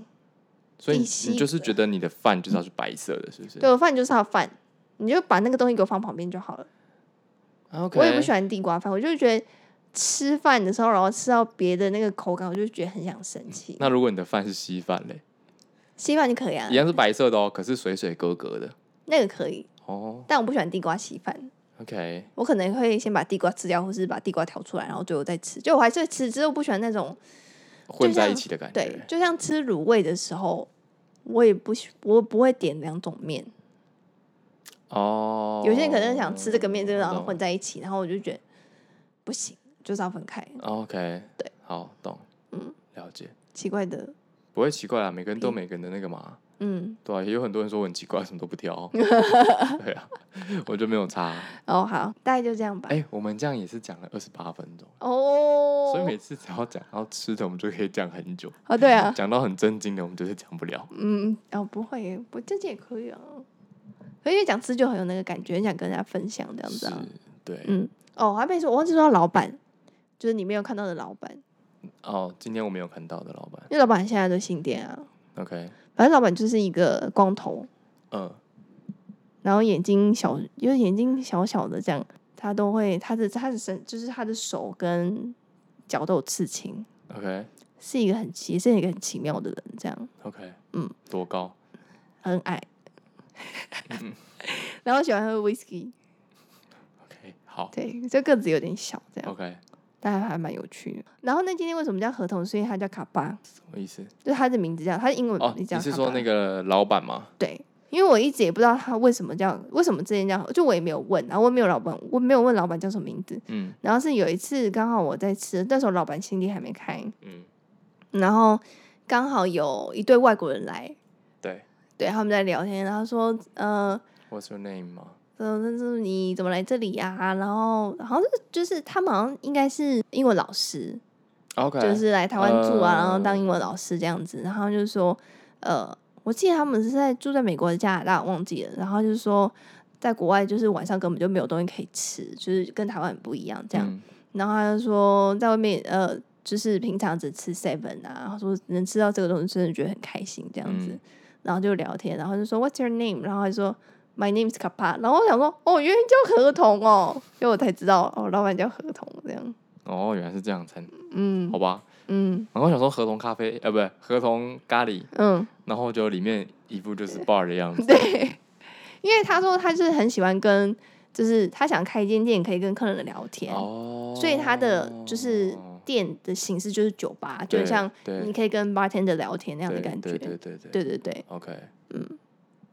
[SPEAKER 1] 所以
[SPEAKER 2] 地
[SPEAKER 1] 你
[SPEAKER 2] 西
[SPEAKER 1] 你就是觉得你的饭就是要是白色的，是不是？
[SPEAKER 2] 对我饭就是要饭，你就把那个东西给我放旁边就好了。
[SPEAKER 1] 啊，OK，
[SPEAKER 2] 我也不喜欢地瓜饭，我就觉得吃饭的时候，然后吃到别的那个口感，我就觉得很想生气。
[SPEAKER 1] 那如果你的饭是稀饭嘞，
[SPEAKER 2] 稀饭就可以啊
[SPEAKER 1] 嗯一，样是白色的哦，可是水水格格的
[SPEAKER 2] 那个可以，
[SPEAKER 1] 哦。
[SPEAKER 2] 但我不喜欢地瓜稀饭。
[SPEAKER 1] OK，
[SPEAKER 2] 我可能会先把地瓜吃掉，或是把地瓜挑出来，然后最后再吃。就我还是会吃，只是我不喜欢那种
[SPEAKER 1] 混在一
[SPEAKER 2] 像
[SPEAKER 1] 起的感
[SPEAKER 2] 对
[SPEAKER 1] 觉，。
[SPEAKER 2] 就像吃卤味的时候，我也不喜，我不会点两种面。
[SPEAKER 1] 哦，
[SPEAKER 2] 有些人可能想吃这个面，这个然后
[SPEAKER 1] 懂
[SPEAKER 2] 混在一起，然后我就觉得不行，就是要分开。
[SPEAKER 1] 哦 OK，
[SPEAKER 2] 对，
[SPEAKER 1] 好懂，
[SPEAKER 2] 嗯，
[SPEAKER 1] 了解，
[SPEAKER 2] 奇怪的，
[SPEAKER 1] 不会奇怪啊，每个人都有
[SPEAKER 2] 屁
[SPEAKER 1] 每个人的那个嘛，
[SPEAKER 2] 嗯，
[SPEAKER 1] 对啊，也有很多人说我很奇怪，什么都不 挑，哦对啊，我就没有差。啊
[SPEAKER 2] 哦，好，大概就这样吧。
[SPEAKER 1] 哎，我们这样也是讲了二十八分钟，
[SPEAKER 2] 哦，
[SPEAKER 1] 所以每次只要讲到吃的，我们就可以讲很久，
[SPEAKER 2] 哦，对 啊，
[SPEAKER 1] 讲到很震惊的，我们就是讲不了。
[SPEAKER 2] 嗯，哦，不会，不，这也可以啊。可以讲吃就很有那个感觉，很想跟大家分享这样子啊
[SPEAKER 1] 是。，对，
[SPEAKER 2] 嗯，哦，我还没说，我忘记说到老板，就是你没有看到的老板，
[SPEAKER 1] 哦，今天我没有看到的老板
[SPEAKER 2] 因为老板现在的新店啊，
[SPEAKER 1] ，OK，
[SPEAKER 2] 反正老板就是一个光头，
[SPEAKER 1] 嗯，
[SPEAKER 2] 然后眼睛小，因为眼睛小小的这样，他都会他的他的身就是他的手跟脚都有刺青，
[SPEAKER 1] OK
[SPEAKER 2] 是一个很奇，是一个很奇妙的人，这样
[SPEAKER 1] OK，
[SPEAKER 2] 嗯，
[SPEAKER 1] 多高？
[SPEAKER 2] 很矮， 然后喜欢喝 whisky，
[SPEAKER 1] OK，好
[SPEAKER 2] 对，就个子有点小这样，
[SPEAKER 1] ，OK，
[SPEAKER 2] 但还蛮有趣的。然后那今天为什么叫合同？是因为他叫卡巴，
[SPEAKER 1] 什么意思？
[SPEAKER 2] 就是他的名字叫他的英文
[SPEAKER 1] 哦，
[SPEAKER 2] 名
[SPEAKER 1] 你
[SPEAKER 2] 字叫
[SPEAKER 1] 是
[SPEAKER 2] 卡
[SPEAKER 1] 说
[SPEAKER 2] 巴
[SPEAKER 1] 那个老板吗？
[SPEAKER 2] 对，因为我一直也不知道他为什么叫，为什么之前叫，就我也没有问，然后我也没有老板，我没有问老板叫什么名字。
[SPEAKER 1] 嗯
[SPEAKER 2] 然后是有一次刚好我在吃，那时候老板新店还没开，
[SPEAKER 1] 嗯，
[SPEAKER 2] 然后刚好有一对外国人来，
[SPEAKER 1] 对
[SPEAKER 2] 对，他们在聊天，然后说，呃，
[SPEAKER 1] ，What's your name 吗？
[SPEAKER 2] 嗯，那是你怎么来这里呀、然后，然后就是他们好像应该是英文老师，
[SPEAKER 1] OK，
[SPEAKER 2] 就是来台湾住啊，
[SPEAKER 1] 呃
[SPEAKER 2] 然后当英文老师这样子。然后就说，呃，我记得他们是在住在美国、加拿大，忘记了。然后就是说，在国外就是晚上根本就没有东西可以吃，就是跟台湾很不一样这样。
[SPEAKER 1] 嗯
[SPEAKER 2] 然后他就说，在外面呃，就是平常只吃 seven 啊，然后说能吃到这个东西，真的觉得很开心这样子。
[SPEAKER 1] 嗯
[SPEAKER 2] 然后就聊天，然后就说 What's your name？然后他就说 My name is Kappa。然后我想说，哦，原来叫合同哦，所以我才知道哦，老板叫合同这样。
[SPEAKER 1] 哦，原来是这样称，
[SPEAKER 2] 嗯
[SPEAKER 1] 好吧。
[SPEAKER 2] 嗯
[SPEAKER 1] 然后想说合同咖啡，呃，不对，合同咖喱，
[SPEAKER 2] 嗯，
[SPEAKER 1] 然后就里面一副就是 bar 的 样子。
[SPEAKER 2] 对，因为他说他就是很喜欢跟，就是他想开一间店，可以跟客人聊天，
[SPEAKER 1] 哦，
[SPEAKER 2] 所以他的就是店的形式就是酒吧，就
[SPEAKER 1] 对
[SPEAKER 2] 很像
[SPEAKER 1] 对
[SPEAKER 2] 你可以跟 bartender 聊天那样的
[SPEAKER 1] 对
[SPEAKER 2] 感觉。
[SPEAKER 1] 对对对对
[SPEAKER 2] 对对对
[SPEAKER 1] ，OK，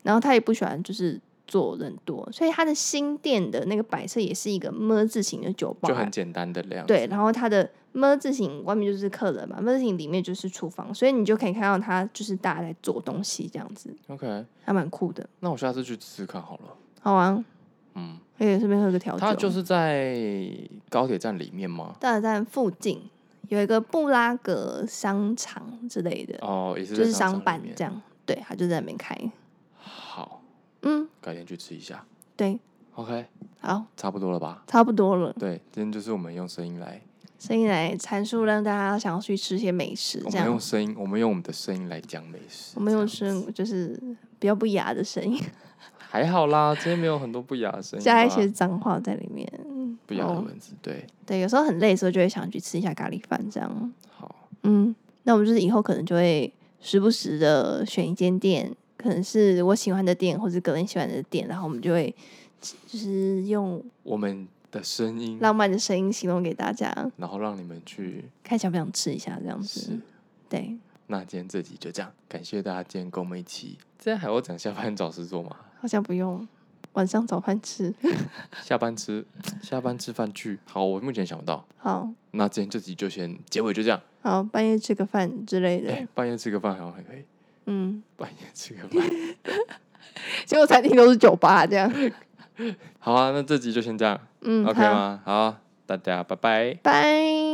[SPEAKER 2] 然后他也不喜欢就是做人多，所以他的新店的那个摆设也是一个么字形的酒吧，
[SPEAKER 1] 就很简单的量。
[SPEAKER 2] 对，，然后它的么字形外面就是客人嘛，么字形里面就是厨房，所以你就可以看到他就是大家在做东西这样子，
[SPEAKER 1] OK，
[SPEAKER 2] 还蛮酷的。
[SPEAKER 1] 那我下次去试试看好了。
[SPEAKER 2] 好啊，
[SPEAKER 1] 嗯，
[SPEAKER 2] 可以顺便喝个调酒。
[SPEAKER 1] 它就是在高铁站里面吗？
[SPEAKER 2] 大站附近有一个布拉格商场之类的，
[SPEAKER 1] 哦，也是在
[SPEAKER 2] 就是
[SPEAKER 1] 商
[SPEAKER 2] 商
[SPEAKER 1] 场里
[SPEAKER 2] 办
[SPEAKER 1] 面
[SPEAKER 2] 这。样。对，他就在那边开。
[SPEAKER 1] 好，
[SPEAKER 2] 嗯，
[SPEAKER 1] 改天去吃一下。
[SPEAKER 2] 对，
[SPEAKER 1] OK，
[SPEAKER 2] 好，
[SPEAKER 1] 差不多了吧？
[SPEAKER 2] 差不多了。
[SPEAKER 1] 对，今天就是我们用声音来，
[SPEAKER 2] 所以来阐述让大家想要去吃一些美食，
[SPEAKER 1] 我
[SPEAKER 2] 这
[SPEAKER 1] 们
[SPEAKER 2] 样
[SPEAKER 1] 用声音，我们用我们的声音来讲美食。
[SPEAKER 2] 我们用
[SPEAKER 1] 这样子
[SPEAKER 2] 声就是比较不雅的声音，
[SPEAKER 1] 还好啦，今天没有很多不雅的 声音吧，啊
[SPEAKER 2] 加一些脏话在里面。
[SPEAKER 1] 不雅的
[SPEAKER 2] 哦
[SPEAKER 1] 文字。对，
[SPEAKER 2] 对，有时候很累的时候就会想去吃一下咖喱饭这样。
[SPEAKER 1] 好，
[SPEAKER 2] 嗯，那我们就是以后可能就会时不时的选一间店，可能是我喜欢的店，或是个人喜欢的店，然后我们就会就是用
[SPEAKER 1] 我们的声音，
[SPEAKER 2] 浪漫的声音形容给大家，
[SPEAKER 1] 然后让你们去
[SPEAKER 2] 看想不想吃一下这样
[SPEAKER 1] 是
[SPEAKER 2] 子。。对，
[SPEAKER 1] 那今天这集就这样，感谢大家今天跟我们一起。这样还要讲下班找事做吗？
[SPEAKER 2] 好像不用，晚上早饭吃。
[SPEAKER 1] 下班吃，下班吃饭去。好，我目前想不到。
[SPEAKER 2] 好
[SPEAKER 1] 那今天这集就先结尾就这样。
[SPEAKER 2] 好，半夜吃个饭之类
[SPEAKER 1] 哎、
[SPEAKER 2] 的。
[SPEAKER 1] 半夜吃个饭好像还可以，
[SPEAKER 2] 嗯，
[SPEAKER 1] 半夜吃个饭。
[SPEAKER 2] 结果餐厅都是酒吧这样。
[SPEAKER 1] 好啊，那这集就先这样、
[SPEAKER 2] 嗯
[SPEAKER 1] o k
[SPEAKER 2] 好
[SPEAKER 1] 吗？好，大家拜拜。
[SPEAKER 2] 拜。